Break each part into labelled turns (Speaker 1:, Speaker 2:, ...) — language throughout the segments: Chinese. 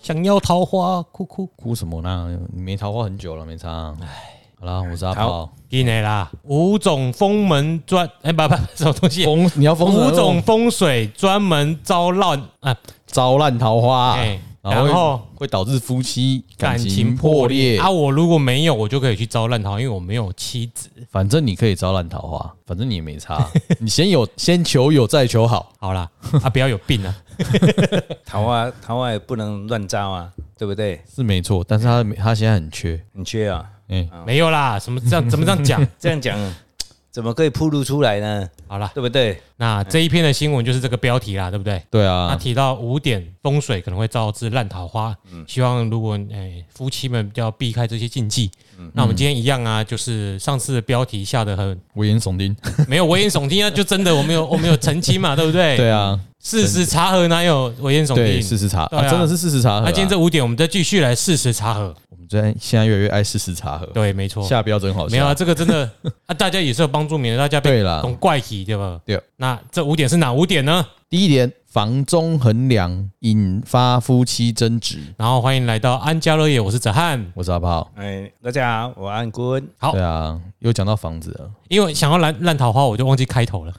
Speaker 1: 想要桃花，哭哭哭什么呢？你没桃花很久了，没唱。好啦，我是阿
Speaker 2: 好
Speaker 1: 炮。
Speaker 2: 给你啦，五种封门专哎，不不，什么东西？
Speaker 1: 风，你要风
Speaker 2: 五种风水专门招烂啊，
Speaker 1: 招烂桃花，
Speaker 2: 哎然后
Speaker 1: 会导致夫妻
Speaker 2: 感
Speaker 1: 啊感
Speaker 2: 情
Speaker 1: 情
Speaker 2: 破
Speaker 1: 破
Speaker 2: 裂
Speaker 1: 裂。
Speaker 2: 啊！我如果没有，我就可以去招烂桃，因为我没有妻子。
Speaker 1: 反正你可以招烂桃花，反正你也 没差。你先有，先求有，再求好。
Speaker 2: 好啦，啊，不要有病 啊！
Speaker 3: 桃花桃花也不能乱招啊，对不对？
Speaker 1: 是没错，但是他他现在很缺，
Speaker 3: 很缺啊，
Speaker 1: 哎、
Speaker 2: 没有啦，什么这样怎么这样讲？
Speaker 3: 这样讲 怎么可以铺露出来呢？
Speaker 2: 好啦，
Speaker 3: 对不对？
Speaker 2: 那这一篇的新闻就是这个标题啦，对不对？
Speaker 1: 对
Speaker 2: 他
Speaker 1: 啊，
Speaker 2: 提到五点风水可能会招致烂桃花，
Speaker 1: 嗯
Speaker 2: 希望如果诶、夫妻们要避开这些禁忌。
Speaker 1: 嗯
Speaker 2: 那我们今天一样啊，就是上次的标题下的很
Speaker 1: 危言耸听，
Speaker 2: 没有危言耸听啊，就真的我们有我 们有澄清嘛，对不对？
Speaker 1: 对，啊，
Speaker 2: 事实查核哪有危言耸
Speaker 1: 对，事
Speaker 2: 哎听？
Speaker 1: 实查、
Speaker 2: 对啊
Speaker 1: 啊真的是事实查核、啊。
Speaker 2: 那今天这五点，我们再继续来事实查核。
Speaker 1: 我们现在现在越来越爱事实查核，
Speaker 2: 对，没错。
Speaker 1: 下标真好笑。
Speaker 2: 没有啊，这个真的 啊，大家也是有帮助免得大家被
Speaker 1: 对啦
Speaker 2: 懂怪题，对吧？
Speaker 1: 对。
Speaker 2: 那这五点是哪五点呢？
Speaker 1: 第一点，房中衡量引发夫妻争执。
Speaker 2: 然后欢迎来到安家乐业，我是泽汉。
Speaker 1: 我知道不好？
Speaker 3: 哎，大家好，我安坤，
Speaker 2: 好
Speaker 1: 对啊，又讲到房子了，
Speaker 2: 因为想要烂烂桃花，我就忘记开头了。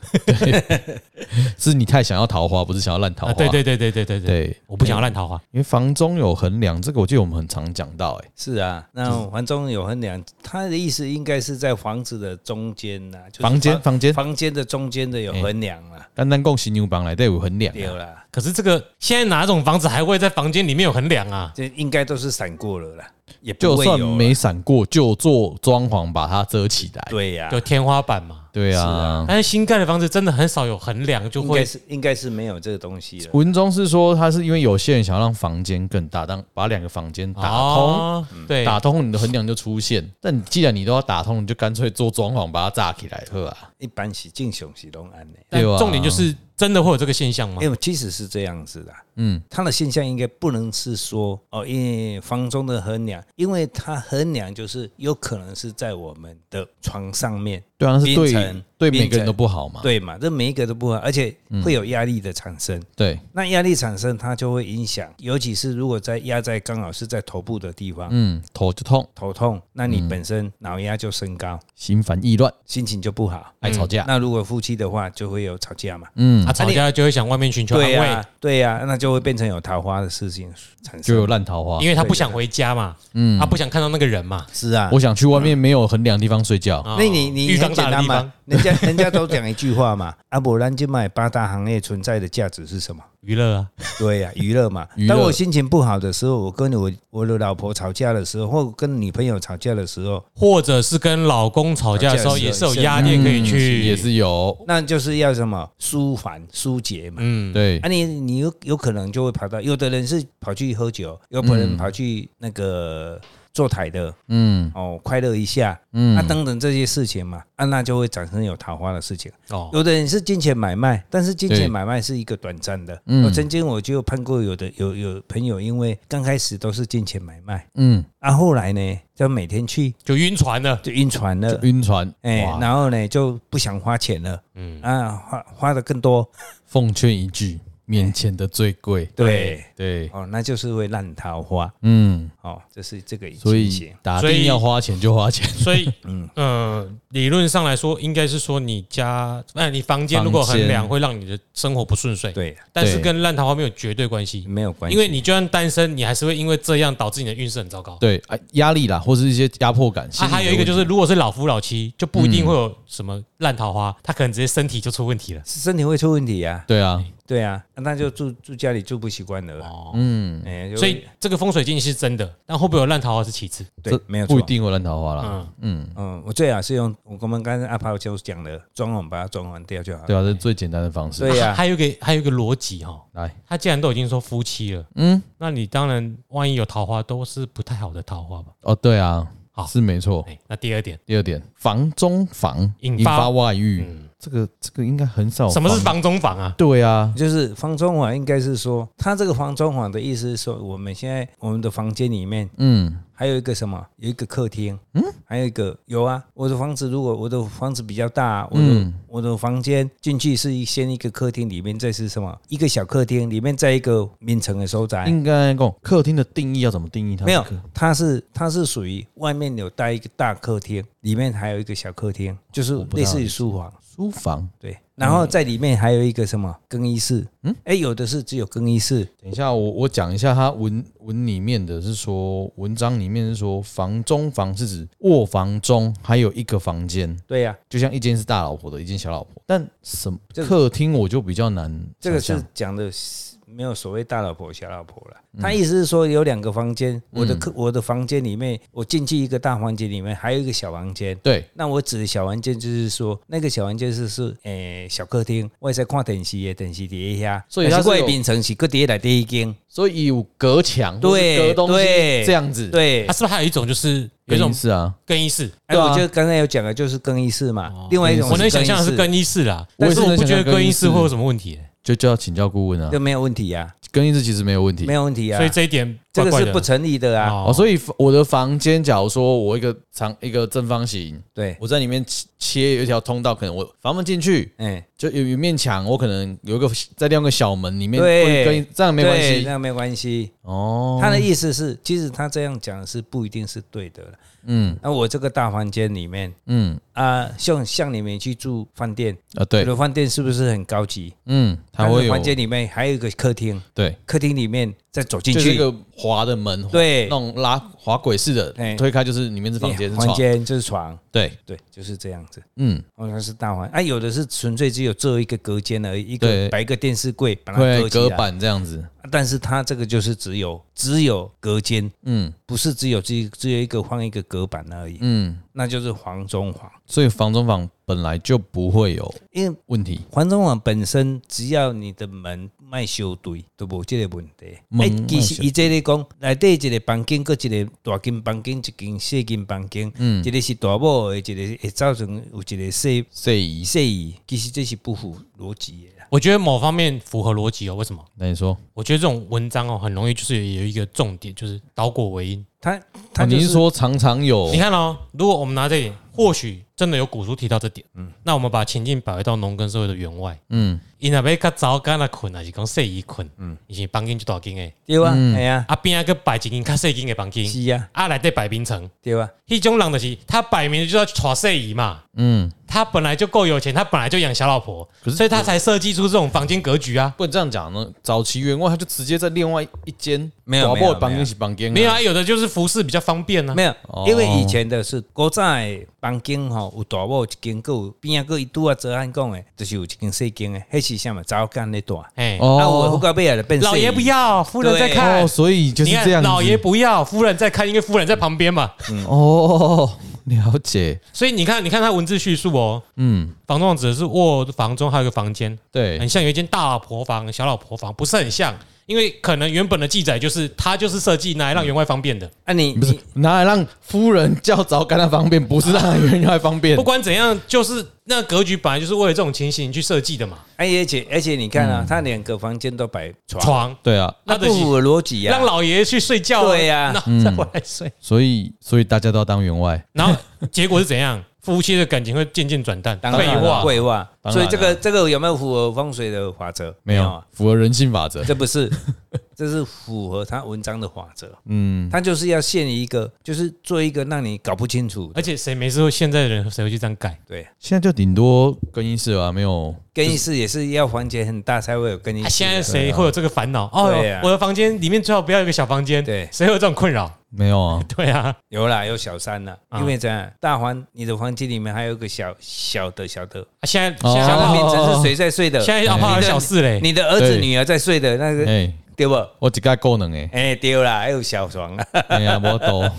Speaker 1: 是你太想要桃花，不是想要烂桃花。
Speaker 2: 啊，对对对对对对对，
Speaker 1: 对，
Speaker 2: 我不想要烂桃花。
Speaker 1: 因为房中有衡量，这个我记得我们很常讲到、欸，
Speaker 3: 是啊，那房中有衡量，他的意思应该是在房子的中间呐、就是
Speaker 1: 房间房间
Speaker 3: 房间的中间的有衡量啦，
Speaker 1: 单单供新牛房来都有衡量、
Speaker 3: 对
Speaker 1: 啊，
Speaker 3: 啦，
Speaker 2: 可是这个现在哪种房子还会在房间里面有衡量啊？
Speaker 3: 这应该都是闪过了啦，也不
Speaker 1: 就
Speaker 3: 会
Speaker 1: 算
Speaker 3: 有啦
Speaker 1: 没闪过，就做装潢把它遮起来。
Speaker 3: 对呀、
Speaker 2: 有天花板嘛？
Speaker 1: 对
Speaker 3: 是
Speaker 1: 啊
Speaker 3: 啊，
Speaker 2: 但是新盖的房子真的很少有衡量，就
Speaker 3: 应该
Speaker 2: 会
Speaker 3: 是应该是没有这个东西了。
Speaker 1: 文中是说他是因为有些人想要让房间更大，当把两个房间打通。
Speaker 2: 哦对，
Speaker 1: 打通你的衡量就出现，但你既然你都要打通，你就干脆做装潢把它炸起来，对吧？
Speaker 3: 一般是敬雄是龙安的，
Speaker 2: 但
Speaker 1: 对啊
Speaker 2: 重点就是真的会有这个现象吗？
Speaker 3: 因为其实是这样子的，
Speaker 1: 嗯，
Speaker 3: 它的现象应该不能是说哦，因为房中的衡量，因为它衡量就是有可能是在我们的床上面，
Speaker 1: 对啊，那是
Speaker 3: 变
Speaker 1: 对
Speaker 3: 成
Speaker 1: 对
Speaker 3: 变
Speaker 1: 每个人都
Speaker 3: 成
Speaker 1: 不好嘛。
Speaker 3: 对嘛？这每一个都不好，而且
Speaker 1: 嗯
Speaker 3: 会有压力的产生。
Speaker 1: 对，
Speaker 3: 那压力产生，它就会影响，尤其是如果在压在刚好是在头部的地方，
Speaker 1: 嗯，头就痛，
Speaker 3: 头痛，那你本身脑压就升高，
Speaker 1: 心烦意
Speaker 2: 嗯
Speaker 1: 乱，
Speaker 3: 心情就不好。
Speaker 1: 爱吵架。
Speaker 3: 那如果夫妻的话，就会有吵架嘛。
Speaker 1: 嗯
Speaker 2: 啊，，吵架就会想外面寻求安
Speaker 3: 对啊呀、
Speaker 2: 慰，
Speaker 3: 对呀、那就会变成有桃花的事情产
Speaker 1: 就
Speaker 3: 生。
Speaker 1: 有烂桃花
Speaker 2: 因。为他不想回家嘛，他不想看到那个人嘛。
Speaker 3: 是啊，
Speaker 1: 我想去外面没有衡量地方睡觉，
Speaker 2: 哦
Speaker 3: 那你你
Speaker 2: 浴缸
Speaker 3: 很
Speaker 2: 大
Speaker 3: 简
Speaker 2: 的
Speaker 3: 单
Speaker 2: 地方
Speaker 3: 嘛，，人家 人家都讲一句话嘛，啊阿伯兰金买八大行业存在的价值是什么？
Speaker 2: 娱乐啊，
Speaker 3: 对呀、 娱乐嘛
Speaker 1: 娱。乐
Speaker 3: 当我心情不好的时候，我跟我我的老婆吵架的时候，或跟女朋友吵架的时候，
Speaker 2: 或者是跟老公吵架的时候，
Speaker 3: 吵架
Speaker 2: 也
Speaker 3: 的
Speaker 2: 是
Speaker 3: 时
Speaker 2: 有
Speaker 3: 候
Speaker 2: 压力可以去，
Speaker 1: 嗯也是有。
Speaker 3: 那就是要什么舒缓、疏解嘛。
Speaker 2: 嗯，
Speaker 1: 对
Speaker 3: 啊，你你有有可能就会跑到，有的人是跑去喝酒，有可
Speaker 2: 嗯
Speaker 3: 能跑去那个坐台的，
Speaker 1: 嗯
Speaker 3: 哦，快乐一下，
Speaker 1: 嗯
Speaker 3: 啊，等等这些事情嘛，啊，那就会产生有桃花的事情。
Speaker 2: 哦，
Speaker 3: 有的人是金钱买卖，但是金
Speaker 1: 对
Speaker 3: 钱买卖是一个短暂的。
Speaker 1: 嗯
Speaker 3: 我曾经我就碰过有的有有朋友，因为刚开始都是金钱买卖，
Speaker 1: 嗯，
Speaker 3: 啊，后来呢，就每天去
Speaker 2: 就晕船了，
Speaker 3: 就晕船了，
Speaker 1: 晕船。
Speaker 3: 哎、
Speaker 1: 哇，
Speaker 3: 然后呢就不想花钱了，
Speaker 2: 嗯，
Speaker 3: 啊，花花的更多，
Speaker 1: 奉劝一句，面前的最贵。
Speaker 3: 对，
Speaker 1: 对，
Speaker 3: 哦，那就是会烂桃花，
Speaker 1: 嗯，
Speaker 3: 哦，这是这个
Speaker 1: 所
Speaker 3: 情
Speaker 1: 以
Speaker 3: 形。
Speaker 1: 打
Speaker 2: 所以
Speaker 1: 定要花钱 就花钱。
Speaker 2: 所 以，嗯
Speaker 3: 嗯，
Speaker 2: 呃，理论上来说，应该是说你家，哎，你房间如果
Speaker 1: 房
Speaker 2: 衡
Speaker 1: 间
Speaker 2: 量会让你的生活不顺遂，
Speaker 3: 对，
Speaker 2: 但是
Speaker 1: 对
Speaker 2: 跟烂桃花没有绝对关系，
Speaker 3: 没有关系，
Speaker 2: 因为你就算单身，你还是会因为这样导致你的运势很糟糕。
Speaker 1: 对，啊，压力啦，或是一些压迫感。
Speaker 2: 啊，
Speaker 1: 心理的
Speaker 2: 还有一个
Speaker 1: 问题
Speaker 2: 就是，如果是老夫老妻，就不一定会有什么烂桃花，他可能直接身体就出问题
Speaker 1: 嗯
Speaker 2: 了。
Speaker 3: 身体会出问题啊，
Speaker 1: 对啊，
Speaker 3: 对啊，那就住住家里住不习惯了，
Speaker 2: 哦，
Speaker 1: 嗯，
Speaker 3: 哎、就
Speaker 2: 所以这个风水禁忌是真的，但会不会有烂桃花是其次。
Speaker 3: 对
Speaker 1: 这，
Speaker 3: 没有错
Speaker 1: 不一。定会烂桃花啦。
Speaker 2: 嗯，
Speaker 1: 嗯，
Speaker 3: 嗯，我最好是用我们刚才阿炮就讲的，装潢把它装潢掉就
Speaker 2: 嗯
Speaker 3: 好了。
Speaker 1: 对啊，这是最简单的方式。
Speaker 3: 对呀、
Speaker 2: 还有一个还有一个逻辑哈，
Speaker 1: 来，
Speaker 2: 他既然都已经说夫妻了，
Speaker 1: 嗯，
Speaker 2: 那你当然万一有桃花都是不太好的桃花吧。
Speaker 1: 哦，对啊
Speaker 2: 好，
Speaker 1: 是没错。
Speaker 2: 哎，那第二点，
Speaker 1: 第二点，房中房
Speaker 2: 引
Speaker 1: 引
Speaker 2: 发
Speaker 1: 发外遇，
Speaker 2: 嗯，
Speaker 1: 这个这个应该很少。
Speaker 2: 什么是？房中房啊？
Speaker 1: 对啊，
Speaker 3: 就是房中潢，应该是说，他这个房中潢的意思是说，我们现在我们的房间里面
Speaker 1: 嗯，
Speaker 3: 还有一个什么？有一个客厅，嗯，还有一个有啊。我的房子如果我的房子比较大，我的、
Speaker 1: 嗯
Speaker 3: 我的房间进去是一先一个客厅，里面再是什么？一个小客厅，里面再一个民城的收宅。
Speaker 1: 应该讲客厅的定义要怎么定义它？
Speaker 3: 哎没有，它是它是属于外面有带一个大客厅，里面还有一个小客厅，就是
Speaker 1: 我不知
Speaker 3: 类
Speaker 1: 道
Speaker 3: 似于书房。
Speaker 1: 书房。
Speaker 3: 对，然后在里面还有一个什么更衣室，嗯，哎，有的是只有更衣室，
Speaker 1: 等一下，我我讲一下它文文里面的是说，文章里面是说房中房是指卧房中还有一个房间，
Speaker 3: 对呀、
Speaker 1: 就像一间是大老婆的，一间小老婆。但什么
Speaker 3: 这个
Speaker 1: 客厅我就比较难
Speaker 3: 这个
Speaker 1: 想
Speaker 3: 是
Speaker 1: 象
Speaker 3: 讲的是没有所谓大老婆小老婆了，他意思是说有两个房间，我的客我的房间里面，我进去一个大房间里面，还有一个小房间。
Speaker 1: 对，
Speaker 3: 那我指的小房间就是说，那个小房间是是诶、小客厅，我也在看电视的，电视底下，
Speaker 1: 所以它
Speaker 3: 但
Speaker 1: 是
Speaker 3: 是
Speaker 1: 有
Speaker 3: 外面城是搁底来第一间，
Speaker 1: 所以有隔墙或是
Speaker 3: 对
Speaker 1: 隔东西
Speaker 3: 对
Speaker 1: 这样子。，
Speaker 3: 对
Speaker 2: 它，是不是还有一种就是有
Speaker 1: 更
Speaker 2: 一种
Speaker 1: 衣室啊，
Speaker 2: 更衣室？
Speaker 3: 哎、
Speaker 1: 对啊
Speaker 3: 我就刚才有讲的就是更衣室嘛，另外一种
Speaker 2: 我能
Speaker 3: 是
Speaker 2: 想象的是
Speaker 3: 更
Speaker 2: 更衣室啦，
Speaker 1: 我
Speaker 2: 但
Speaker 1: 也是
Speaker 2: 是我
Speaker 1: 能
Speaker 2: 不
Speaker 1: 想
Speaker 2: 觉
Speaker 1: 象
Speaker 2: 得
Speaker 1: 更
Speaker 2: 更
Speaker 1: 衣
Speaker 2: 衣
Speaker 1: 室
Speaker 2: 室会有什么问题欸、
Speaker 1: 就就要请教顾问啊
Speaker 3: 就。没有问题呀、
Speaker 1: 更衣室其实没有问题，
Speaker 3: 没有问题啊，
Speaker 2: 所以这一点
Speaker 3: 这
Speaker 2: 怪
Speaker 3: 个
Speaker 2: 怪
Speaker 3: 是
Speaker 2: 的
Speaker 3: 不成立的啊。
Speaker 1: 哦，所以我的房间，假如说我一个长一个正方形，
Speaker 3: 对，
Speaker 1: 我在里面切切有一条通道，可能我房门进去
Speaker 3: 哎，
Speaker 1: 就有有一面墙，我可能有一个再利用个小门里面会
Speaker 3: 对
Speaker 1: 跟这样没关
Speaker 3: 对
Speaker 1: 系
Speaker 3: 那没关系。
Speaker 1: 哦。
Speaker 3: 他的意思是，其实他这样讲是不一定是对的了。
Speaker 1: 嗯
Speaker 3: 那我这个大房间里面
Speaker 1: 嗯
Speaker 3: 啊，像像你们去住饭店，
Speaker 1: 啊
Speaker 3: 有
Speaker 1: 对
Speaker 3: 的饭店是不是很高级？
Speaker 1: 嗯，它
Speaker 3: 但
Speaker 1: 会
Speaker 3: 是
Speaker 1: 有
Speaker 3: 房间里面还有一个客厅，
Speaker 1: 对，
Speaker 3: 客厅里面再走进
Speaker 1: 就是一
Speaker 3: 去，
Speaker 1: 个滑的门，
Speaker 3: 对
Speaker 1: 那种拉滑轨式的，
Speaker 3: 哎
Speaker 1: 推开就是里面是房间是
Speaker 3: 房
Speaker 1: 床，
Speaker 3: 间就是床，
Speaker 1: 对，
Speaker 3: 对，就是这样子。
Speaker 1: 嗯，
Speaker 3: 好像是大房，啊，有的是纯粹只有这一个隔间而已，一
Speaker 1: 对
Speaker 3: 个摆一个电视柜把它
Speaker 1: 会
Speaker 3: 隔起
Speaker 1: 隔
Speaker 3: 来，
Speaker 1: 板这样子，
Speaker 3: 但是它这个就是只有只有隔间，
Speaker 1: 嗯
Speaker 3: 不是只有只只有一个放一个隔板而已，
Speaker 1: 嗯，
Speaker 3: 那就是黄中黄。
Speaker 1: 所以房中房本来就不会有
Speaker 3: 因为
Speaker 1: 问题，
Speaker 3: 黄中黄本身，只要你的门卖修对，都无这个问题。
Speaker 1: 门
Speaker 3: 哎其实
Speaker 1: 莫
Speaker 3: 伊这里讲，内底一个房间，搁一个大间房间，一间小间房间，
Speaker 1: 嗯
Speaker 3: 一个是大某的，一个会造成有一个细
Speaker 1: 这一，
Speaker 3: 细意，其实这是不符逻辑的啦。
Speaker 2: 我觉得某方面符合逻辑哦。为什么？
Speaker 1: 那你说，
Speaker 2: 我觉得这种文章哦，很容易就是有一个重点，就是倒果为因。
Speaker 3: 他他
Speaker 1: 哦
Speaker 3: 就
Speaker 1: 你是说常常有
Speaker 2: 你看哦，如果我们拿这一点，或许真的有古书提到这点，那我们把情境摆回到农耕社会的员外，
Speaker 1: 嗯，
Speaker 2: 因若要较早干那困，啊还是讲细伊困，嗯，以前房间就大间诶，
Speaker 3: 对啊，
Speaker 1: 嗯
Speaker 3: 哎呀，
Speaker 2: 啊边啊个摆一间较细间的房间，
Speaker 3: 是啊，
Speaker 2: 啊内底摆冰层，
Speaker 3: 对啊，
Speaker 2: 迄种人就是他摆明就要娶细姨嘛，
Speaker 1: 嗯，
Speaker 2: 他本来就够有钱，他本来就养小老婆，
Speaker 1: 可是
Speaker 2: 所以他才设计出这种房间格局啊。
Speaker 1: 不能这样讲呢。早期员工他就直接在另外一间
Speaker 3: 没有
Speaker 1: 广
Speaker 3: 没有
Speaker 1: 播房
Speaker 3: 没
Speaker 1: 间
Speaker 3: 有
Speaker 1: 是房间，
Speaker 2: 没有，啊，有的就是服饰比较方便啊。
Speaker 3: 没有
Speaker 1: 哦，
Speaker 3: 因为以前的是古早的房间吼，有大某一间，还有边啊个伊拄啊泽汉讲的，就是有一间细间的，迄是啥嘛？早间咧大。
Speaker 2: 哎，
Speaker 3: 啊，我
Speaker 1: 哦
Speaker 3: 到尾也就变
Speaker 2: 老爷
Speaker 3: 细
Speaker 2: 不要，夫人在看
Speaker 1: 哦，。所以就是
Speaker 2: 你
Speaker 1: 这
Speaker 2: 看，
Speaker 1: 样子。嗯
Speaker 2: 老爷不要，夫人在看，因为夫人在旁边嘛。
Speaker 1: 哦，了解，
Speaker 2: 所以你看，你看他文字叙述哦，
Speaker 1: 嗯，
Speaker 2: 房东指的是卧房中还有一个房间，很
Speaker 1: 对，
Speaker 2: 像有一间大老婆房、小老婆房，不是很像，因为可能原本的记载就是他就是设计拿来让员外方便的。
Speaker 3: 啊你，
Speaker 1: 不是
Speaker 3: 你
Speaker 1: 拿来让夫人较早干他方便，不是让他原来方便
Speaker 2: 不。管怎样，就是那格局本来就是为了这种情形去设计的嘛。
Speaker 3: 哎而且而且你看啊，他两个房间都摆床，
Speaker 2: 嗯床
Speaker 1: 对啊，
Speaker 3: 那
Speaker 2: 那
Speaker 3: 不
Speaker 2: 就是
Speaker 3: 符合逻辑啊
Speaker 2: 让。老爷去睡觉，啊
Speaker 3: 对呀嗯
Speaker 2: 那再回来睡。
Speaker 1: 所以所以大家都要当员外，
Speaker 2: 然后结果是怎样？夫妻的感情会渐渐转淡。
Speaker 3: 当然
Speaker 2: 废
Speaker 3: 了
Speaker 2: 话，
Speaker 3: 废话，
Speaker 1: 当然了
Speaker 3: 所以这个这个有没有符合风水的法则？
Speaker 1: 没有
Speaker 3: 啊，
Speaker 1: 符合人性法则。
Speaker 3: 这不是， 这是符合他文章的法则。
Speaker 1: 嗯，
Speaker 3: 他就是要限一个，就是做一个让你搞不清楚的。
Speaker 2: 而且谁没事？现在的人谁会去这样改？
Speaker 3: 对，
Speaker 1: 现在就顶多更衣室啊，没有
Speaker 3: 更衣室也是要环节很大才会有更衣
Speaker 2: 啊，
Speaker 3: 室。
Speaker 2: 现在谁会有这个烦恼？哦
Speaker 3: 对啊，
Speaker 2: 我的房间里面最好不要有一个小房间。
Speaker 3: 对
Speaker 2: 谁会有这种困扰？
Speaker 1: 没有啊，
Speaker 2: 对啊，
Speaker 3: 有啦，有小三啦，
Speaker 2: 啊
Speaker 3: 因为这样大房你的房间里面还有一个小小的小的，
Speaker 2: 啊现在
Speaker 1: 哦
Speaker 2: 现
Speaker 3: 小
Speaker 2: 在
Speaker 3: 的名称
Speaker 1: 哦
Speaker 3: 是谁在睡的？
Speaker 2: 现在要怕有小四嘞。
Speaker 3: 你的儿子
Speaker 1: 对
Speaker 3: 女儿在睡的那个
Speaker 1: 哎，
Speaker 3: 对不？
Speaker 1: 我只该够能哎，
Speaker 3: 哎，对啦，还有小床啊，
Speaker 1: 哎呀，我懂。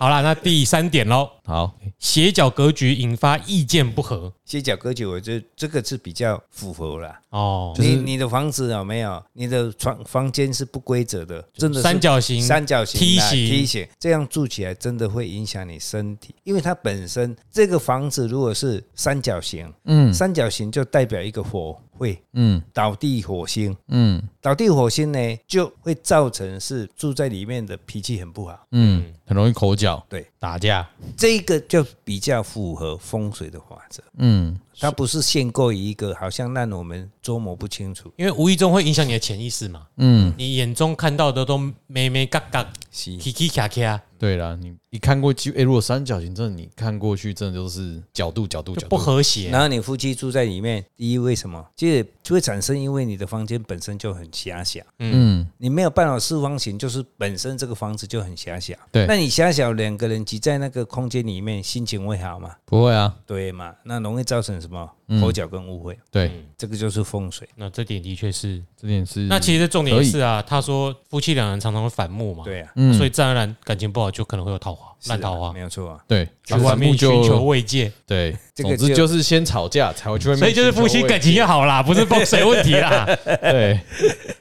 Speaker 2: 好了，那第三点喽，
Speaker 1: 好，
Speaker 2: 斜角格局引发意见不合
Speaker 3: 歇脚格局，我觉得这个是比较符合啦。
Speaker 2: 哦，
Speaker 3: 你你的房子有没有？你的床房间是不规则的，真的是
Speaker 2: 三角形
Speaker 3: 三角形、
Speaker 2: 梯
Speaker 3: 啊
Speaker 2: 形
Speaker 3: 梯形，这样住起来真的会影响你身体，因为它本身这个房子如果是三角形，嗯，三角形就代表一个火会
Speaker 1: 嗯
Speaker 3: 倒地火星，
Speaker 1: 嗯
Speaker 3: 倒地火星呢就会造成是住在里面的脾气很不好，
Speaker 1: 嗯，很容易口角，
Speaker 3: 对，
Speaker 1: 打架，
Speaker 3: 这个就比较符合风水的法则，
Speaker 1: 嗯
Speaker 3: 它不是限购于一个，好像让我们捉摸不清楚，
Speaker 2: 因为无意中会影响你的潜意识嘛。
Speaker 1: 嗯，
Speaker 2: 你眼中看到的都咩咩嘎嘎、
Speaker 3: 是
Speaker 2: 起起卡卡，
Speaker 1: 对啦，你你看过去，哎、如果三角形真的你看过去，真的就是角度角度角
Speaker 2: 就
Speaker 1: 度
Speaker 2: 不和谐。
Speaker 3: 然后你夫妻住在里面，第一为什么？就是就会产生，因为你的房间本身就很狭小，
Speaker 1: 嗯
Speaker 3: 你没有办法四方形，就是本身这个房子就很狭小。
Speaker 1: 对
Speaker 3: 那你狭小，两个人挤在那个空间里面，心情会好吗？
Speaker 1: 不会啊，
Speaker 3: 对嘛？那容易造成什么
Speaker 2: 嗯
Speaker 3: 口角跟误会？
Speaker 1: 对，
Speaker 3: 这个就是风水。
Speaker 2: 那这点的确是，
Speaker 1: 这点是
Speaker 2: 嗯那其实重点
Speaker 1: 嗯可以
Speaker 2: 是啊，他说夫妻两人常常会反目嘛，
Speaker 3: 对啊，
Speaker 1: 嗯
Speaker 2: 所以自然而然感情不好就可能会有桃花、
Speaker 3: 是啊
Speaker 2: 烂桃花
Speaker 3: 没，有错啊。
Speaker 1: 对，
Speaker 2: 去
Speaker 1: 反
Speaker 2: 外
Speaker 1: 目
Speaker 2: 面寻求
Speaker 1: 就
Speaker 2: 慰藉，
Speaker 1: 对，
Speaker 3: 这
Speaker 1: 总
Speaker 3: 个
Speaker 1: 之
Speaker 3: 就
Speaker 1: 就是先吵架才会去外面，
Speaker 2: 所以就是夫妻感情要好啦，不是风水问题啦。
Speaker 1: 对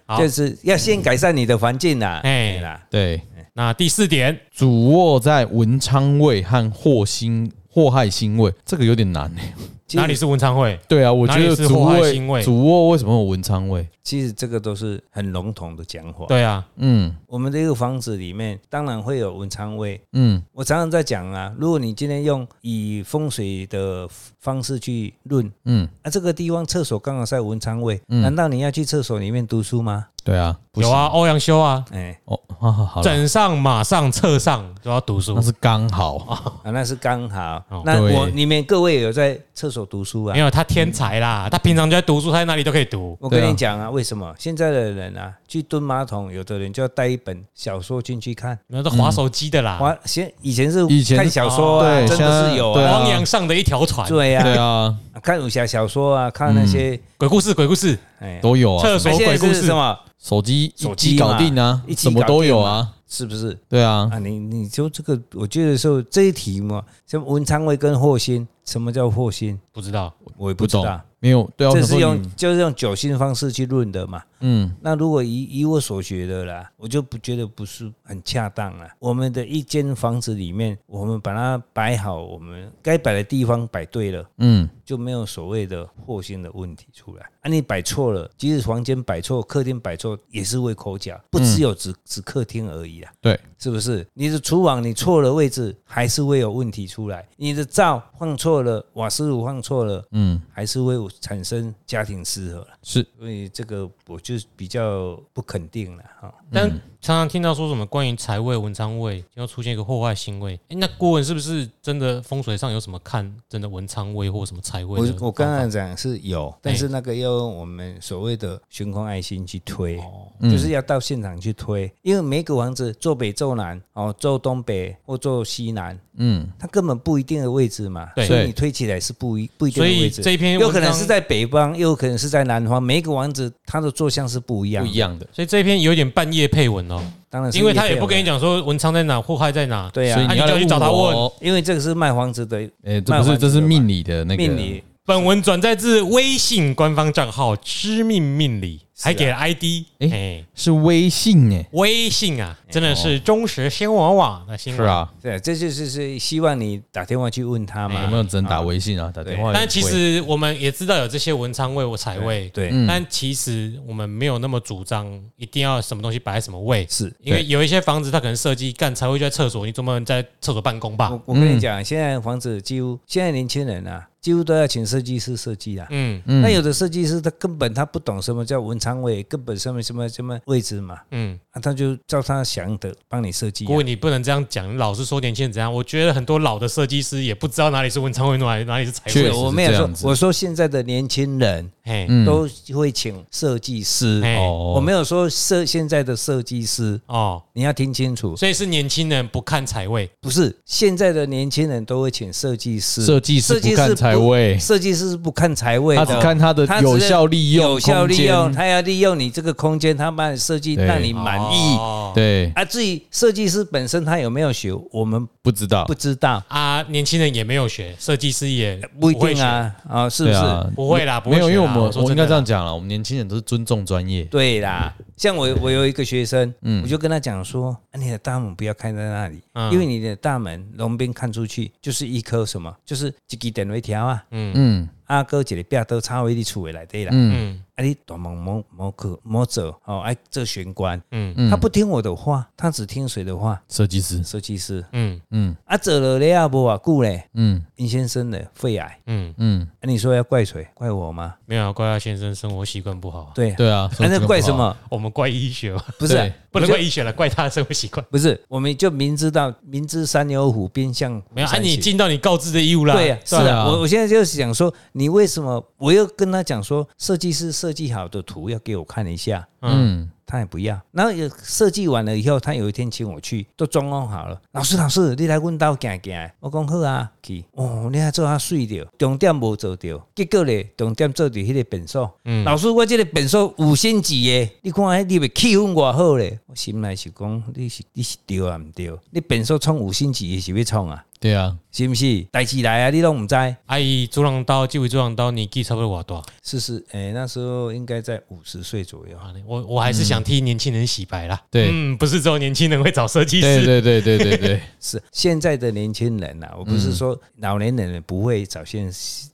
Speaker 2: 好
Speaker 3: 就是要先改善你的环境啦，
Speaker 2: 哎
Speaker 3: 对啦，
Speaker 1: 对，
Speaker 2: 那第四点，
Speaker 1: 主卧在文昌位和祸星祸害星位，这个有点难呢、
Speaker 3: 其实
Speaker 2: 哎哪里是文昌会？
Speaker 1: 对啊，我
Speaker 2: 哪
Speaker 1: 觉
Speaker 2: 里
Speaker 1: 得
Speaker 2: 是
Speaker 1: 主
Speaker 2: 祸害
Speaker 1: 位
Speaker 2: 星位
Speaker 1: 主卧为什么有文昌位？
Speaker 3: 其实这个都是很笼统的讲法。
Speaker 2: 对啊，
Speaker 1: 嗯
Speaker 3: 我们这个房子里面，当然会有文昌位，
Speaker 1: 嗯
Speaker 3: 我常常在讲啊，如果你今天用以风水的方式去论，
Speaker 1: 嗯，
Speaker 3: 啊，这个地方厕所刚好在文昌位，难道你要去厕所里面读书吗？
Speaker 1: 对啊，不
Speaker 2: 有
Speaker 1: 行
Speaker 2: 啊，欧阳修啊，
Speaker 3: 哎、
Speaker 1: 哦， 好好好了，
Speaker 2: 枕上、马上、厕上都要读 书
Speaker 1: 那。是刚好，
Speaker 3: 啊，那是刚好。
Speaker 2: 哦
Speaker 3: 那
Speaker 1: 对
Speaker 3: 我你们各位有在厕所读书啊
Speaker 2: 没？有，他天才啦，他平常就在读书，他在哪里都可以读。
Speaker 3: 我跟
Speaker 1: 对啊
Speaker 3: 你讲啊，为什么现在的人啊，去蹲马桶，有的人就要带一本小说进去看。
Speaker 2: 那是划
Speaker 3: 嗯
Speaker 2: 手机的啦，
Speaker 3: 哇，现以前是
Speaker 1: 啊以前
Speaker 3: 看小说
Speaker 1: 哦
Speaker 3: 啊，
Speaker 1: 对
Speaker 3: 真的是有
Speaker 1: 现在对
Speaker 3: 啊，
Speaker 1: 啊
Speaker 2: 汪洋上的一条船，
Speaker 3: 对呀、
Speaker 1: 对 啊，
Speaker 3: 看武侠小说啊，看那些，
Speaker 2: 鬼故事，鬼故事，
Speaker 3: 哎、
Speaker 1: 都有啊，
Speaker 2: 厕
Speaker 3: 那
Speaker 2: 所
Speaker 3: 现在
Speaker 2: 鬼故
Speaker 3: 是
Speaker 2: 事
Speaker 3: 什，么？
Speaker 1: 手机
Speaker 3: 手
Speaker 1: 一
Speaker 3: 机
Speaker 1: 机搞
Speaker 3: 嘛
Speaker 1: 定啊
Speaker 3: 一，机
Speaker 1: 什么
Speaker 3: 搞
Speaker 1: 都
Speaker 3: 定
Speaker 1: 有
Speaker 3: 嘛
Speaker 1: 啊，
Speaker 3: 是不是？
Speaker 1: 对
Speaker 2: 哦
Speaker 1: 啊，
Speaker 3: 啊，你你就这个，我觉得说这一题嘛，像文昌位跟祸星，什么叫祸星？
Speaker 2: 不知道
Speaker 3: 我也不
Speaker 1: 不
Speaker 3: 知
Speaker 1: 懂
Speaker 3: 道，，
Speaker 1: 没有，对啊，我
Speaker 3: 这
Speaker 1: 想
Speaker 3: 是
Speaker 1: 说
Speaker 3: 用
Speaker 1: 你
Speaker 3: 就是用九星方式去论的嘛。
Speaker 1: 嗯
Speaker 3: 那如果以以我所学的啦，我就不觉得不是很恰当啦。我们的一间房子里面，我们把它摆好，我们该摆的地方摆对了，
Speaker 1: 嗯
Speaker 3: 就没有所谓的祸星的问题出来。啊，你摆错了，即使房间摆错，客厅摆错，也是会口角，不
Speaker 2: 嗯
Speaker 3: 只有只只客厅而已啦。
Speaker 1: 对，
Speaker 3: 是不是？你的厨房你错了位置，还是会有问题出来；你的灶放错了，瓦斯炉放错了，
Speaker 1: 嗯
Speaker 3: 还是会有产生家庭失和啦
Speaker 1: 是
Speaker 3: 所以这个我就比较不肯定了哈。
Speaker 2: 但常常听到说什么关于财位、文昌位要出现一个祸害星位，诶那郭文是不是真的风水上有什么看真的文昌位或什么财位
Speaker 3: 我
Speaker 2: 的
Speaker 3: 我刚才讲是有，但是那个要用我们所谓的悬空爱心去推，
Speaker 2: 哦嗯
Speaker 3: 就是要到现场去推，因为每个房子坐北坐南哦，坐东北或坐西南，
Speaker 1: 嗯
Speaker 3: 它根本不一定的位置嘛，
Speaker 2: 对
Speaker 3: 所以你推起来是不一不一定
Speaker 2: 所
Speaker 3: 的位
Speaker 2: 以
Speaker 3: 置。
Speaker 2: 这一篇
Speaker 3: 有
Speaker 2: 文
Speaker 3: 可
Speaker 2: 章
Speaker 3: 能是在北方，又有可能是在南方，每一个王子他的坐向是不一样
Speaker 1: 不
Speaker 3: 的，
Speaker 1: 一样的，
Speaker 2: 所以这一篇有点半夜配文哦，
Speaker 3: 当然是
Speaker 2: 因为他也不
Speaker 3: 叶
Speaker 2: 跟
Speaker 3: 片
Speaker 2: 你讲说文昌在哪，祸害在哪
Speaker 3: 嘛，，对
Speaker 1: 所以
Speaker 3: 呀、
Speaker 2: 啊
Speaker 1: 你
Speaker 2: 你
Speaker 1: 要
Speaker 2: 就
Speaker 1: 来
Speaker 2: 去找他
Speaker 1: 我
Speaker 2: 问
Speaker 1: 哦，
Speaker 3: 因为这个是卖房子的
Speaker 1: 哎，这不是，这是命理的那个
Speaker 3: 命理，
Speaker 2: 本文转载自微信官方账号“知命命理”，
Speaker 3: 啊
Speaker 2: 还给了 ID。哎、
Speaker 1: 诶是微信哎，
Speaker 2: 微信啊，真的
Speaker 3: 哦
Speaker 2: 是忠实新闻网的新
Speaker 1: 是
Speaker 2: 闻。
Speaker 1: 啊，
Speaker 3: 对，这就是是希望你打电话去问他嘛，
Speaker 1: 哎有没有真打微信啊？打电话也不会，
Speaker 2: 但其实我们也知道有这些文昌位或财位，
Speaker 3: 对，
Speaker 1: 嗯
Speaker 2: 但其实我们没有那么主张一定要什么东西摆在什么位，
Speaker 3: 是。
Speaker 2: 因为有一些房子它可能设计干财位就在厕所，你总不能在厕所办公吧？
Speaker 3: 我我
Speaker 1: 嗯
Speaker 3: 跟你讲，现在房子几乎现在年轻人啊，几乎都要请设计师设计啊。
Speaker 2: 嗯
Speaker 3: 那有的设计师他根本他不懂什么叫文昌位，根本什么什么什么位置嘛，
Speaker 2: 嗯，
Speaker 3: 啊，他就照他想的帮你设计啊、
Speaker 2: 不过你不能这样讲，老是说年轻人怎样？我觉得很多老的设计师也不知道哪里是文昌位，哪里哪里是财位
Speaker 1: 确实。
Speaker 3: 我
Speaker 1: 是
Speaker 3: 没有
Speaker 1: 这
Speaker 3: 说
Speaker 1: 样，子
Speaker 3: 我说现在的年轻人
Speaker 2: 嘿，
Speaker 1: 嗯
Speaker 3: 都会请设计师，
Speaker 2: 嘿
Speaker 1: 哦，
Speaker 3: 我没有说设现在的设计师，
Speaker 2: 哦，
Speaker 3: 你要听清楚，
Speaker 2: 所以是年轻人不看财位，
Speaker 3: 不是现在的年轻人都会请设计师，
Speaker 1: 设计师
Speaker 3: 设计
Speaker 1: 不看
Speaker 3: 师
Speaker 1: 财财位，
Speaker 3: 设计师是不看财位
Speaker 1: 他
Speaker 3: 的，
Speaker 1: 只看他的
Speaker 3: 他只
Speaker 1: 有效利用
Speaker 3: 有效利用，
Speaker 1: 空间
Speaker 3: 他要利用你这个空间，他帮你设计，
Speaker 1: 对
Speaker 3: 让你满意。
Speaker 2: 哦
Speaker 1: 对，
Speaker 3: 啊，至于设计师本身他有没有学，我们
Speaker 1: 不知道
Speaker 3: 不，知道，
Speaker 2: 啊，年轻人也没有学，设计师也
Speaker 3: 不一
Speaker 2: 会学，
Speaker 3: 定啊，啊，是不
Speaker 1: 对
Speaker 3: 是？
Speaker 1: 啊，
Speaker 2: 不会啦，不
Speaker 1: 没
Speaker 2: 会
Speaker 1: 有，因
Speaker 2: 学
Speaker 1: 为
Speaker 2: 啦
Speaker 1: 我们
Speaker 2: 说
Speaker 1: 我应
Speaker 2: 真
Speaker 1: 该
Speaker 2: 的
Speaker 1: 这样讲了，我们年轻人都是尊重专业，
Speaker 3: 对啦，像我我有一个学生，我就跟他讲说，啊、你的大门不要开在那里，
Speaker 2: 嗯
Speaker 3: 因为你的大门龙边看出去就是一颗什么，就是一支电微条啊，
Speaker 1: 嗯
Speaker 3: 啊，哥一个壁刀插位你厝的内底啦，
Speaker 1: 嗯
Speaker 2: 嗯
Speaker 3: 啊，你大门摸摸去摸走，哦，哎、这玄关，
Speaker 2: 嗯
Speaker 1: 嗯，
Speaker 3: 他不听我的话，他只听谁的话？
Speaker 1: 设计师，
Speaker 3: 设计师
Speaker 2: 嗯
Speaker 1: 嗯
Speaker 3: 啊，走了了啊，不啊，久嘞，
Speaker 1: 嗯
Speaker 3: 尹先生的肺癌，
Speaker 2: 嗯，
Speaker 1: 嗯，
Speaker 3: 啊，你说要怪谁？怪我吗？
Speaker 2: 没有啊怪他先生生活习惯不好啊，
Speaker 3: 对，
Speaker 1: 对啊，
Speaker 3: 啊，那怪什？么？
Speaker 2: 我们怪医学嘛，
Speaker 3: 不是啊、
Speaker 1: 对
Speaker 2: 不能怪医学了，怪他的生活习惯。
Speaker 3: 不是，我们就明知道明知山有虎，便向虎
Speaker 2: 没有啊，
Speaker 3: 山
Speaker 2: 你
Speaker 3: 行
Speaker 2: 尽到你告知的义务啦。
Speaker 3: 对呀、是
Speaker 1: 对
Speaker 3: 啊，
Speaker 1: 啊
Speaker 3: 我我现在就是想说，你为什么？我又跟他讲说，设计师设计好的图要给我看一下，
Speaker 1: 嗯
Speaker 3: 他也不要。然后有设计完了以后，他有一天请我去，都装潢好了。老师，老师，你来问到行行，我讲好啊，去。哦，你还做啊水着，重点无做着，结果咧，重点做伫迄个本数。老师，我这个本数五星级耶，你看迄入的气氛偌好咧。我心内是讲，你是你是对啊，毋对？你本数创五星级的是要创啊？
Speaker 1: 对啊，
Speaker 3: 是毋是？代志来啊，你拢毋知。
Speaker 2: 阿姨，猪郎刀，纪委猪郎刀，你记差不多多大？
Speaker 3: 四十，哎，那时候应该在五十岁左右。
Speaker 2: 啊我我还是想替年轻人洗白啦。
Speaker 1: 对
Speaker 2: 嗯，不是只有年轻人会找设计
Speaker 1: 对
Speaker 2: 师。
Speaker 1: 对对对对对，
Speaker 3: 是现在的年轻人啊呐、我不
Speaker 2: 嗯
Speaker 3: 是说老年人不会找现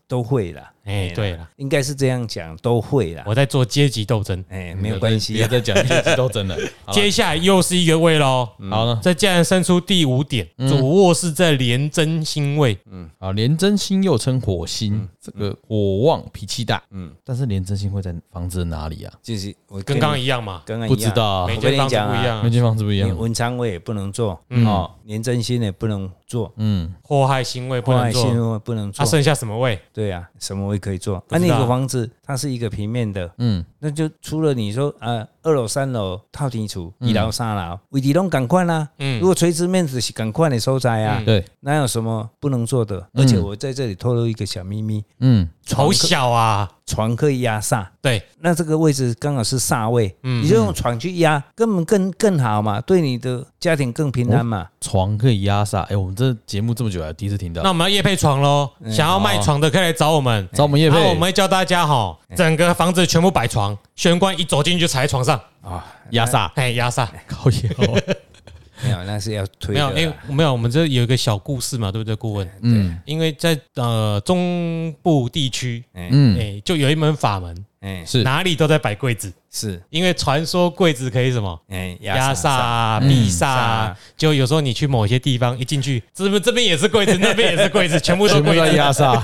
Speaker 3: 都会啦，
Speaker 2: 哎，对了，
Speaker 3: 应该是这样讲，都会啦。
Speaker 2: 我嗯在做阶级斗争。
Speaker 3: 哎，没有关系
Speaker 1: 别
Speaker 3: 啊，
Speaker 1: 再讲 阶级斗争了。好了
Speaker 2: 接下来又是一个位喽。
Speaker 3: 嗯
Speaker 1: 好了，
Speaker 2: 再竟然伸出第五点，主卧室在连真心位，
Speaker 1: 啊，廉贞星又称火
Speaker 3: 嗯
Speaker 1: 星，这个火旺脾气大，嗯，但是廉贞星会在房子的哪里啊？
Speaker 3: 就是我
Speaker 2: 跟刚刚一样嘛。
Speaker 3: 跟刚刚
Speaker 1: 不知道啊
Speaker 2: 每
Speaker 3: 我跟
Speaker 2: 间
Speaker 3: 你
Speaker 2: 房子
Speaker 3: 讲
Speaker 2: 不
Speaker 3: 啊
Speaker 2: 一样嗯
Speaker 1: 每
Speaker 2: 啊，
Speaker 1: 间房子不一
Speaker 3: 因为
Speaker 1: 样，
Speaker 3: 文昌位也不能做哦，连真心也不能做，
Speaker 1: 嗯，
Speaker 2: 祸害行为不
Speaker 3: 破
Speaker 2: 能
Speaker 3: 坏
Speaker 2: 做
Speaker 3: 性。位不能
Speaker 2: 他
Speaker 3: 做，
Speaker 2: 剩下什么位？
Speaker 3: 对啊，什么位可以做？
Speaker 2: 啊
Speaker 3: 啊
Speaker 2: 不
Speaker 3: 那
Speaker 2: 知
Speaker 3: 那
Speaker 2: 道
Speaker 3: 个房子它是一个平面的，
Speaker 1: 嗯，
Speaker 3: 那就除了你说啊，二楼、三楼套地处，一楼、三楼，位置拢赶快啦。
Speaker 2: 嗯
Speaker 3: 如果垂直面子是赶快的收窄啊，
Speaker 1: 对，
Speaker 3: 哪有什么不能做的？
Speaker 2: 嗯
Speaker 3: 而且我在这里透露一个小秘密，
Speaker 1: 嗯
Speaker 2: 好小啊！
Speaker 3: 床可以压煞，
Speaker 2: 对，
Speaker 3: 那这个位置刚好是煞位，
Speaker 2: 嗯
Speaker 3: 你就用床去压，根本更更好嘛，对你的家庭更平安
Speaker 2: 哦
Speaker 3: 嘛。
Speaker 1: 床可以压煞。哎、我们这节目这么久来第一次听
Speaker 2: 那
Speaker 1: 到，
Speaker 2: 我们要夜配床喽，想要卖床的可以来找我们。
Speaker 1: 找我们叶
Speaker 2: 然
Speaker 1: 嗯哦配，哎
Speaker 2: 后我们会教大家哈，整个房子全部摆床，玄关一走进去就踩在床上，
Speaker 1: 哦压煞，
Speaker 2: 哎，压煞。
Speaker 1: 靠腰，
Speaker 3: 没有，那是要推
Speaker 2: 没有，
Speaker 3: 的
Speaker 2: 因为
Speaker 3: 啦。
Speaker 2: 没有，我们这有一个小故事嘛，对不对，顾问？
Speaker 1: 嗯
Speaker 2: 因为在呃中部地区，
Speaker 1: 嗯，
Speaker 2: 哎，就有一门法门，
Speaker 3: 哎，
Speaker 1: 是
Speaker 2: 哪里都在摆柜子，
Speaker 3: 是，
Speaker 2: 因为传说柜子可以什么？
Speaker 3: 哎，
Speaker 2: 压煞
Speaker 3: 煞，
Speaker 2: 啊、避煞
Speaker 3: 嗯
Speaker 2: 啊，就有时候你去某些地方一进去，这边这边也是柜子，那边也是柜子，全部都
Speaker 1: 全部
Speaker 2: 柜
Speaker 1: 都
Speaker 2: 子。
Speaker 1: 压煞，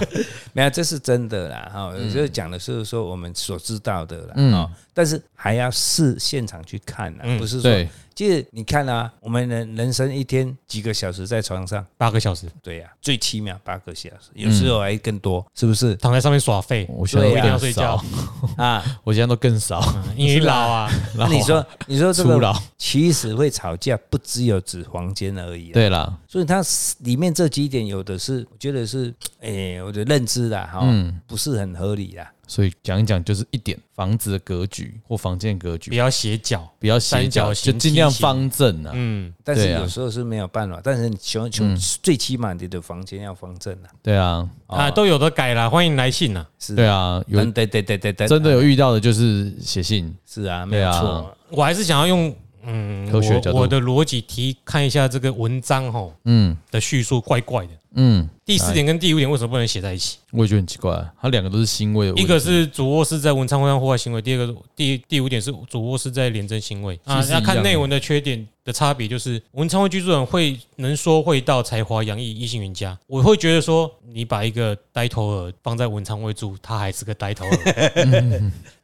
Speaker 3: 没有，这是真的啦。哈，
Speaker 2: 嗯
Speaker 3: 有时候讲的是说我们所知道的啦。
Speaker 1: 嗯
Speaker 3: 哦，但是还要试现场去看啦，
Speaker 2: 嗯
Speaker 3: 不是说
Speaker 1: 对，
Speaker 3: 其实你看啊，我们人人生一天几个小时在床上，
Speaker 2: 八个小时
Speaker 3: 对呀、最起码八个小时，有时候
Speaker 1: 嗯
Speaker 3: 还更多，是 不是
Speaker 2: 躺在上面耍废，
Speaker 1: 我现在
Speaker 3: 对
Speaker 1: 都
Speaker 3: 啊
Speaker 2: 一定要
Speaker 1: 更
Speaker 2: 睡
Speaker 1: 少
Speaker 2: 觉，，
Speaker 3: 啊？
Speaker 1: 我现在都更少，
Speaker 2: 嗯因为 你老啊，
Speaker 3: 那你说，你说这
Speaker 1: 初
Speaker 3: 个
Speaker 1: 老。
Speaker 3: 其实会吵架，不只有指房间而已。，啊
Speaker 1: 对啦，
Speaker 3: 所以它里面这几点，有的是我觉得是，诶，我的认知啦，哈，
Speaker 1: 嗯
Speaker 3: 不是很合理啦。
Speaker 1: 所以讲一讲就是一点房子的格局或房间的格
Speaker 2: 不
Speaker 1: 局，
Speaker 2: 要斜角。
Speaker 1: 不要斜
Speaker 2: 三角
Speaker 1: 角，就
Speaker 2: 形
Speaker 1: 尽量
Speaker 2: 梯形
Speaker 1: 方正啊。
Speaker 2: 嗯，
Speaker 3: 但是
Speaker 1: 对啊嗯
Speaker 3: 有时候是没有办法，但是你求求最起码你的房间要方正啦。
Speaker 1: 对啊，
Speaker 2: 啊，都有的改了，欢迎来信啊。
Speaker 3: 是，嗯
Speaker 1: 对，啊，有
Speaker 3: 对对对对对，
Speaker 1: 真的有遇到的就是写信，
Speaker 3: 是啊，没有
Speaker 1: 对
Speaker 3: 错
Speaker 1: 啊。
Speaker 2: 我还是想要用嗯
Speaker 1: 科学角度
Speaker 2: 我我的逻辑提看一下这个文章吼
Speaker 1: 嗯
Speaker 2: 的叙述怪怪的。
Speaker 1: 嗯，
Speaker 2: 第四点跟第五点为什么不能写在一起？
Speaker 1: 我也觉得很奇怪，它两个都是星位的位置，
Speaker 2: 一个是主卧室在文昌会上户外行为，第二个第第五点是主卧室在廉贞行为啊
Speaker 1: 其。实
Speaker 2: 要
Speaker 1: 一样
Speaker 2: 看
Speaker 1: 的
Speaker 2: 内文的缺点的差别，就是文昌会居住人会能说会道、才华洋溢、异性缘佳。我会觉得说，你把一个呆头鹅放在文昌会住，他还是个呆头鹅，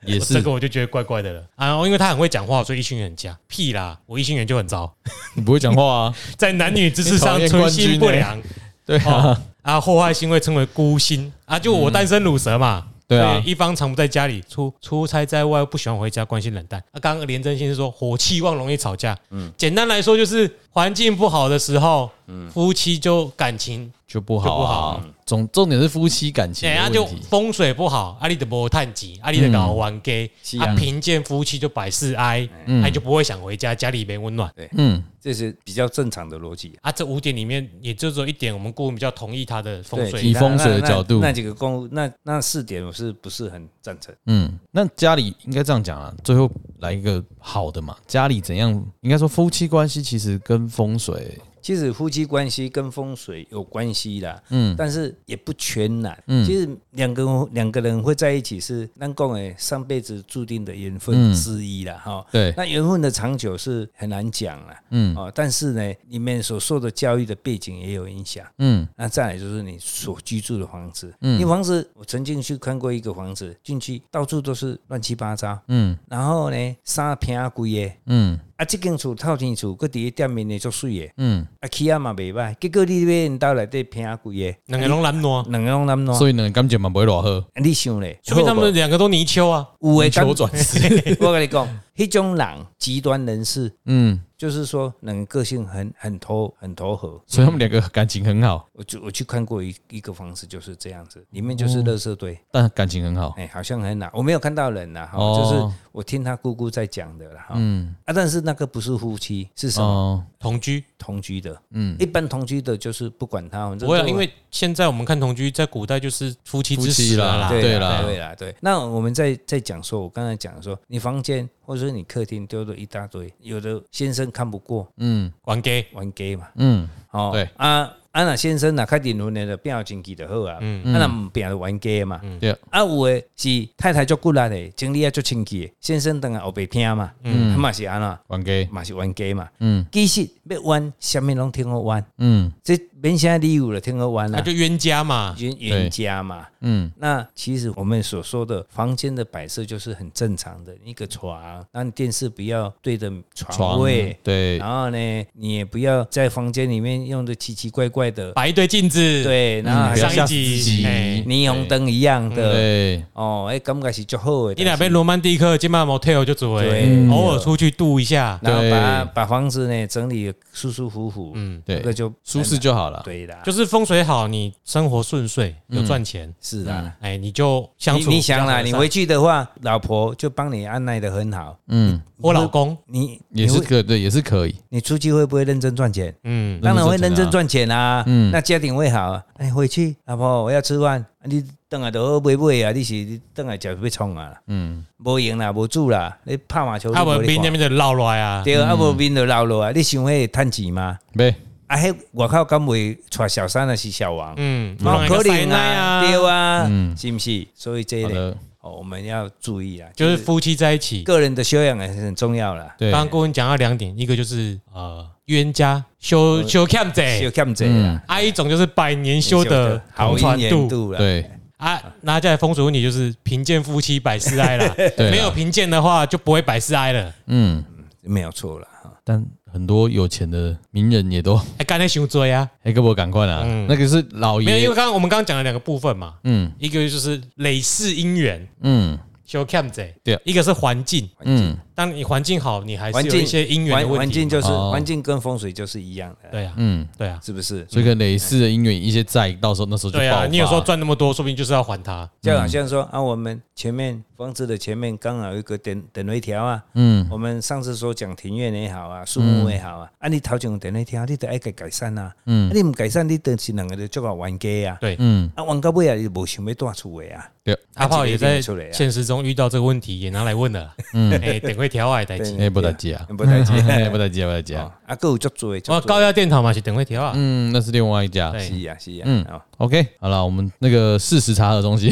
Speaker 1: 也
Speaker 2: 这
Speaker 1: 是
Speaker 2: 个我就觉得怪怪的了啊。然后因为他很会讲话，所以异性缘很佳。屁啦，我异性缘就很糟，
Speaker 1: 你不会讲话啊，
Speaker 2: 在男女之事上
Speaker 1: 你讨厌
Speaker 2: 存
Speaker 1: 冠军
Speaker 2: 心不
Speaker 1: 欸
Speaker 2: 良。
Speaker 1: 对
Speaker 2: 哦
Speaker 1: 啊，
Speaker 2: 啊，祸害行为称为孤星啊，就我单身乳蛇嘛。
Speaker 1: 嗯对啊
Speaker 2: 所以一方常不在家里，出出差在外，不喜欢回家，关系冷淡。啊，刚刚廉贞先生说火气旺容易吵架，嗯，简单来说就是环境不好的时候，
Speaker 1: 嗯
Speaker 2: 夫妻就感情，
Speaker 1: 就不好
Speaker 2: 就
Speaker 1: 啊。总重点是夫妻感情
Speaker 2: 人家
Speaker 1: 的
Speaker 2: 哎就
Speaker 1: 问题，嗯
Speaker 2: 风水不好，啊，你的无探及，啊，你的搞玩 gay，
Speaker 3: 是啊
Speaker 2: 啊，贫贱夫妻就百事哀，他就不会想回家，家里没温暖。
Speaker 1: 嗯，
Speaker 3: 这是比较正常的逻辑。
Speaker 2: 啊，这五点里面也就只有一点，我们顾问比较同意他的风
Speaker 3: 对
Speaker 2: 水
Speaker 1: 以
Speaker 3: 那
Speaker 1: 风水的
Speaker 3: 那
Speaker 1: 角度
Speaker 3: 那那几个公路，那那四点我是不是很赞成？
Speaker 1: 嗯，那家里应该这样讲啊，最后来一个好的嘛。家里怎样？应该说夫妻关系其实跟风水，
Speaker 3: 其实夫妻关系跟风水有关系啦，嗯，但是也不全然。其实两个人两个人会在一起是咱讲诶上辈子注定的缘分之一啦，哈、
Speaker 1: 对
Speaker 3: 那缘分的长久是很难讲啦，嗯，哦，但是呢，里面所受的教育的背景也有影响。
Speaker 1: 嗯
Speaker 3: 那再来就是你所居住的房子，嗯，你房子我曾经去看过一个房子，进去到处都是乱七八糟，
Speaker 1: 嗯
Speaker 3: 然后呢，三平啊贵的，
Speaker 1: 嗯
Speaker 3: 啊，这间厝套间厝，佮伫店面呢足水的，
Speaker 1: 嗯，
Speaker 3: 啊，起啊嘛袂歹，结果你买因兜内底平啊贵的，
Speaker 2: 两个拢懒惰，啊
Speaker 3: 两个拢难弄，
Speaker 1: 所以呢，感情嘛不会落好，
Speaker 3: 啊你想咧，
Speaker 2: 所以他们两个都泥鳅啊，
Speaker 3: 有诶，
Speaker 1: 求转世。
Speaker 3: 我跟你讲，迄种人极端人士，
Speaker 1: 嗯，
Speaker 3: 就是说两个个性很很投很投合。
Speaker 1: 所以他们两个感情很好，
Speaker 3: 我就我去看过一一个房子就是这样子，里面就是垃圾堆，
Speaker 1: 但感情很好。
Speaker 3: 哎、好像很难，我没有看到人呐，哈、
Speaker 1: 哦
Speaker 3: 就是我听他姑姑在讲的啦，哈、
Speaker 1: 嗯
Speaker 3: 啊，但是那个不是夫妻，是什么、
Speaker 1: 哦，
Speaker 2: 同居
Speaker 3: 同居的，
Speaker 1: 嗯
Speaker 3: 一般同居的就是不管他，反正
Speaker 2: 不会啦，啊
Speaker 3: 都
Speaker 2: 因为现在我们看同居，在古代就是夫妻之
Speaker 1: 夫妻
Speaker 2: 实
Speaker 1: 啦
Speaker 2: 了啦，
Speaker 1: 对
Speaker 3: 啊对
Speaker 1: 啦
Speaker 3: 啦，对啦，对。那我们在在讲说，我刚才讲说，你房间或者说你客厅丢了一大堆，有的先生看不过，
Speaker 1: 嗯
Speaker 2: 玩 gay
Speaker 3: 玩 gay 嘛，
Speaker 1: 嗯
Speaker 3: 哦，
Speaker 1: 对
Speaker 3: 啊。啊，那先生若较认为的变有经济就好啊，
Speaker 1: 嗯
Speaker 3: 啊若毋变就冤家嘛。
Speaker 2: 嗯
Speaker 1: 对
Speaker 3: 啊，有诶是太太足骨力的，经理也足清气的，先生当然后白听嘛，嗯，嘛是安那，
Speaker 1: 玩 gay，
Speaker 3: 嘛是冤家嘛。
Speaker 1: 嗯
Speaker 3: 其实要冤，啥物拢听好冤，
Speaker 1: 嗯
Speaker 3: 这免啥理由了，听好冤
Speaker 2: 那
Speaker 3: 啊，
Speaker 2: 就冤家嘛，
Speaker 3: 冤冤家嘛。
Speaker 1: 嗯
Speaker 3: 那其实我们所说的房间的摆设就是很正常的一个床，那你电视不要对着床
Speaker 1: 床
Speaker 3: 位，
Speaker 1: 对
Speaker 3: 然后呢，你也不要在房间里面用的奇奇怪怪的，
Speaker 2: 摆一堆镜子，，
Speaker 3: 对，然后还
Speaker 1: 啊嗯不要
Speaker 2: 上
Speaker 3: 是
Speaker 2: 一
Speaker 1: 吓死自
Speaker 2: 集
Speaker 1: 己
Speaker 2: 哎
Speaker 3: 霓虹灯一样的，
Speaker 1: 对，
Speaker 3: 哦，哎，感觉是就好的。
Speaker 2: 你那边罗曼蒂克，今晚 motel 就走
Speaker 3: 对嗯
Speaker 2: 哎，偶尔出去度一下，
Speaker 3: 然后把
Speaker 1: 对
Speaker 3: 把房子呢整理得舒舒服服，
Speaker 2: 嗯，
Speaker 1: 对
Speaker 3: 这个就
Speaker 1: 舒适啊就好了。
Speaker 3: 对啦，
Speaker 2: 就是风水好，你生活顺遂，有赚钱，
Speaker 3: 是啦。
Speaker 1: 嗯
Speaker 2: 哎，你就相
Speaker 3: 你
Speaker 2: 处
Speaker 3: 嗯你想啦，
Speaker 2: 比
Speaker 3: 你
Speaker 2: 较和
Speaker 3: 回去的话，老婆就帮你按耐的很好。
Speaker 1: 嗯，
Speaker 2: 善我老公，
Speaker 3: 你
Speaker 1: 也
Speaker 3: 你
Speaker 1: 是
Speaker 3: 会
Speaker 1: 可对，也是可以。
Speaker 3: 你出去会不会认真赚钱？
Speaker 2: 嗯，
Speaker 3: 当然会认真赚钱啊，
Speaker 1: 嗯
Speaker 3: 那家庭会好啊。哎，回去老婆，我要吃饭，啊你等下都买买啊，你是你等下就要创啊，
Speaker 1: 嗯，
Speaker 3: 无赢啦，无主啦，你拍麻球
Speaker 2: 他
Speaker 3: 你
Speaker 2: 们
Speaker 3: 没
Speaker 2: 啊边那
Speaker 3: 看
Speaker 2: 边就绕来啊，
Speaker 3: 对
Speaker 1: 嗯
Speaker 3: 啊，无面就老落啊，你想会趁钱吗？
Speaker 1: 呗，
Speaker 3: 啊，迄外口敢会娶小三啊的是小王，
Speaker 2: 嗯，
Speaker 3: 冇
Speaker 2: 有能
Speaker 3: 哦啊，对
Speaker 2: 啊，
Speaker 3: 啊，
Speaker 1: 嗯
Speaker 3: 是不是？所以这一
Speaker 1: 好
Speaker 3: 类
Speaker 1: 的，
Speaker 3: 哦，我们要注意啊，
Speaker 2: 就是夫妻在一起。
Speaker 3: 个人的修养也很重要啦。
Speaker 1: 对
Speaker 2: 刚，刚顾问讲到两点，一个就是呃冤家修修欠
Speaker 3: 修
Speaker 2: 债，
Speaker 3: 欠这
Speaker 1: 嗯
Speaker 3: 啦，
Speaker 2: 啊一种就是百年哎修得
Speaker 3: 好
Speaker 2: 同
Speaker 3: 姻
Speaker 2: 船
Speaker 3: 缘
Speaker 2: 渡
Speaker 3: 度啦，
Speaker 1: 对
Speaker 2: 啊。那再来风水问题就是贫贱夫妻百事哀啦，
Speaker 1: 对啦，
Speaker 2: 没有贫贱的话就不会百事哀了。
Speaker 1: 嗯，
Speaker 3: 没有错啦。哈
Speaker 1: 但很多有钱的名人也都
Speaker 2: 哎，刚才修追啊，
Speaker 1: 哎，给我赶快啦，那个是老
Speaker 2: 嗯没有，因
Speaker 1: 爷
Speaker 2: 为，刚刚我们刚刚讲了两个部分嘛，
Speaker 1: 嗯
Speaker 2: 一个就是累世姻缘
Speaker 1: 嗯
Speaker 2: 修欠债，
Speaker 1: 对
Speaker 2: 一个是环境。
Speaker 1: 嗯，
Speaker 2: 当你环境好，你还
Speaker 3: 环
Speaker 2: 是有
Speaker 3: 境
Speaker 2: 一些姻缘的
Speaker 3: 环
Speaker 2: 问
Speaker 3: 环
Speaker 2: 题
Speaker 3: 境
Speaker 2: 嘛。
Speaker 3: 就是
Speaker 1: 哦
Speaker 3: 环境跟风水就是一样的，
Speaker 2: 对啊，
Speaker 1: 嗯，
Speaker 2: 对啊，
Speaker 3: 是不是？
Speaker 1: 所以跟类似的姻缘一些债，到时候那时候就
Speaker 2: 对
Speaker 1: 爆
Speaker 2: 啊。
Speaker 1: 发。
Speaker 2: 你有时候赚那么多，说不定就是要还他。
Speaker 3: 就好像说啊，我们前面房子的前面刚好有一个点点位条啊，
Speaker 1: 嗯
Speaker 3: 我们上次说讲庭院也好啊，树木也
Speaker 2: 嗯
Speaker 3: 好啊，啊你头前有点位条，你得爱改改善啊，啊
Speaker 1: 嗯
Speaker 3: 你唔改善，你等是两个就做个冤家啊，
Speaker 2: 对，
Speaker 1: 嗯，
Speaker 3: 啊冤到尾啊，你无想要住厝的啊，
Speaker 1: 对，
Speaker 2: 阿炮也在
Speaker 3: 啊这个一定会出来啊
Speaker 2: 现实中遇到这个问题，也拿来问了。嗯，哎，等会调矮代
Speaker 3: 对
Speaker 2: 金，
Speaker 1: 哎，不得接啊，
Speaker 3: 不太接
Speaker 1: 哎，不得接，不得接。
Speaker 3: 啊，啊，佫有足多的，足
Speaker 2: 哦，
Speaker 3: 多
Speaker 2: 高压电塔嘛是等会调啊。
Speaker 1: 嗯，那是另外一家。
Speaker 2: 对
Speaker 3: 是啊是啊，
Speaker 1: 嗯
Speaker 3: 哦，
Speaker 1: OK，好了，我们那个事实查核中心，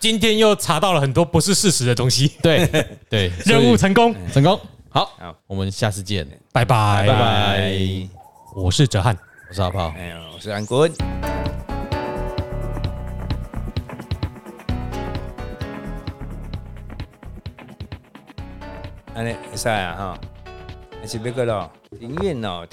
Speaker 2: 今天又查到了很多不是事实的东西，
Speaker 1: 对 对，
Speaker 2: 任务成功，
Speaker 1: 成功。好
Speaker 3: 好，
Speaker 1: 我们下次见。
Speaker 2: 拜拜
Speaker 1: 嗯拜拜
Speaker 2: 我是哲翰。
Speaker 1: 我是阿炮。
Speaker 3: 哎呦，我是安国恩。à, 安尼会使啊吼，还是要个咯，庭院哦，庭。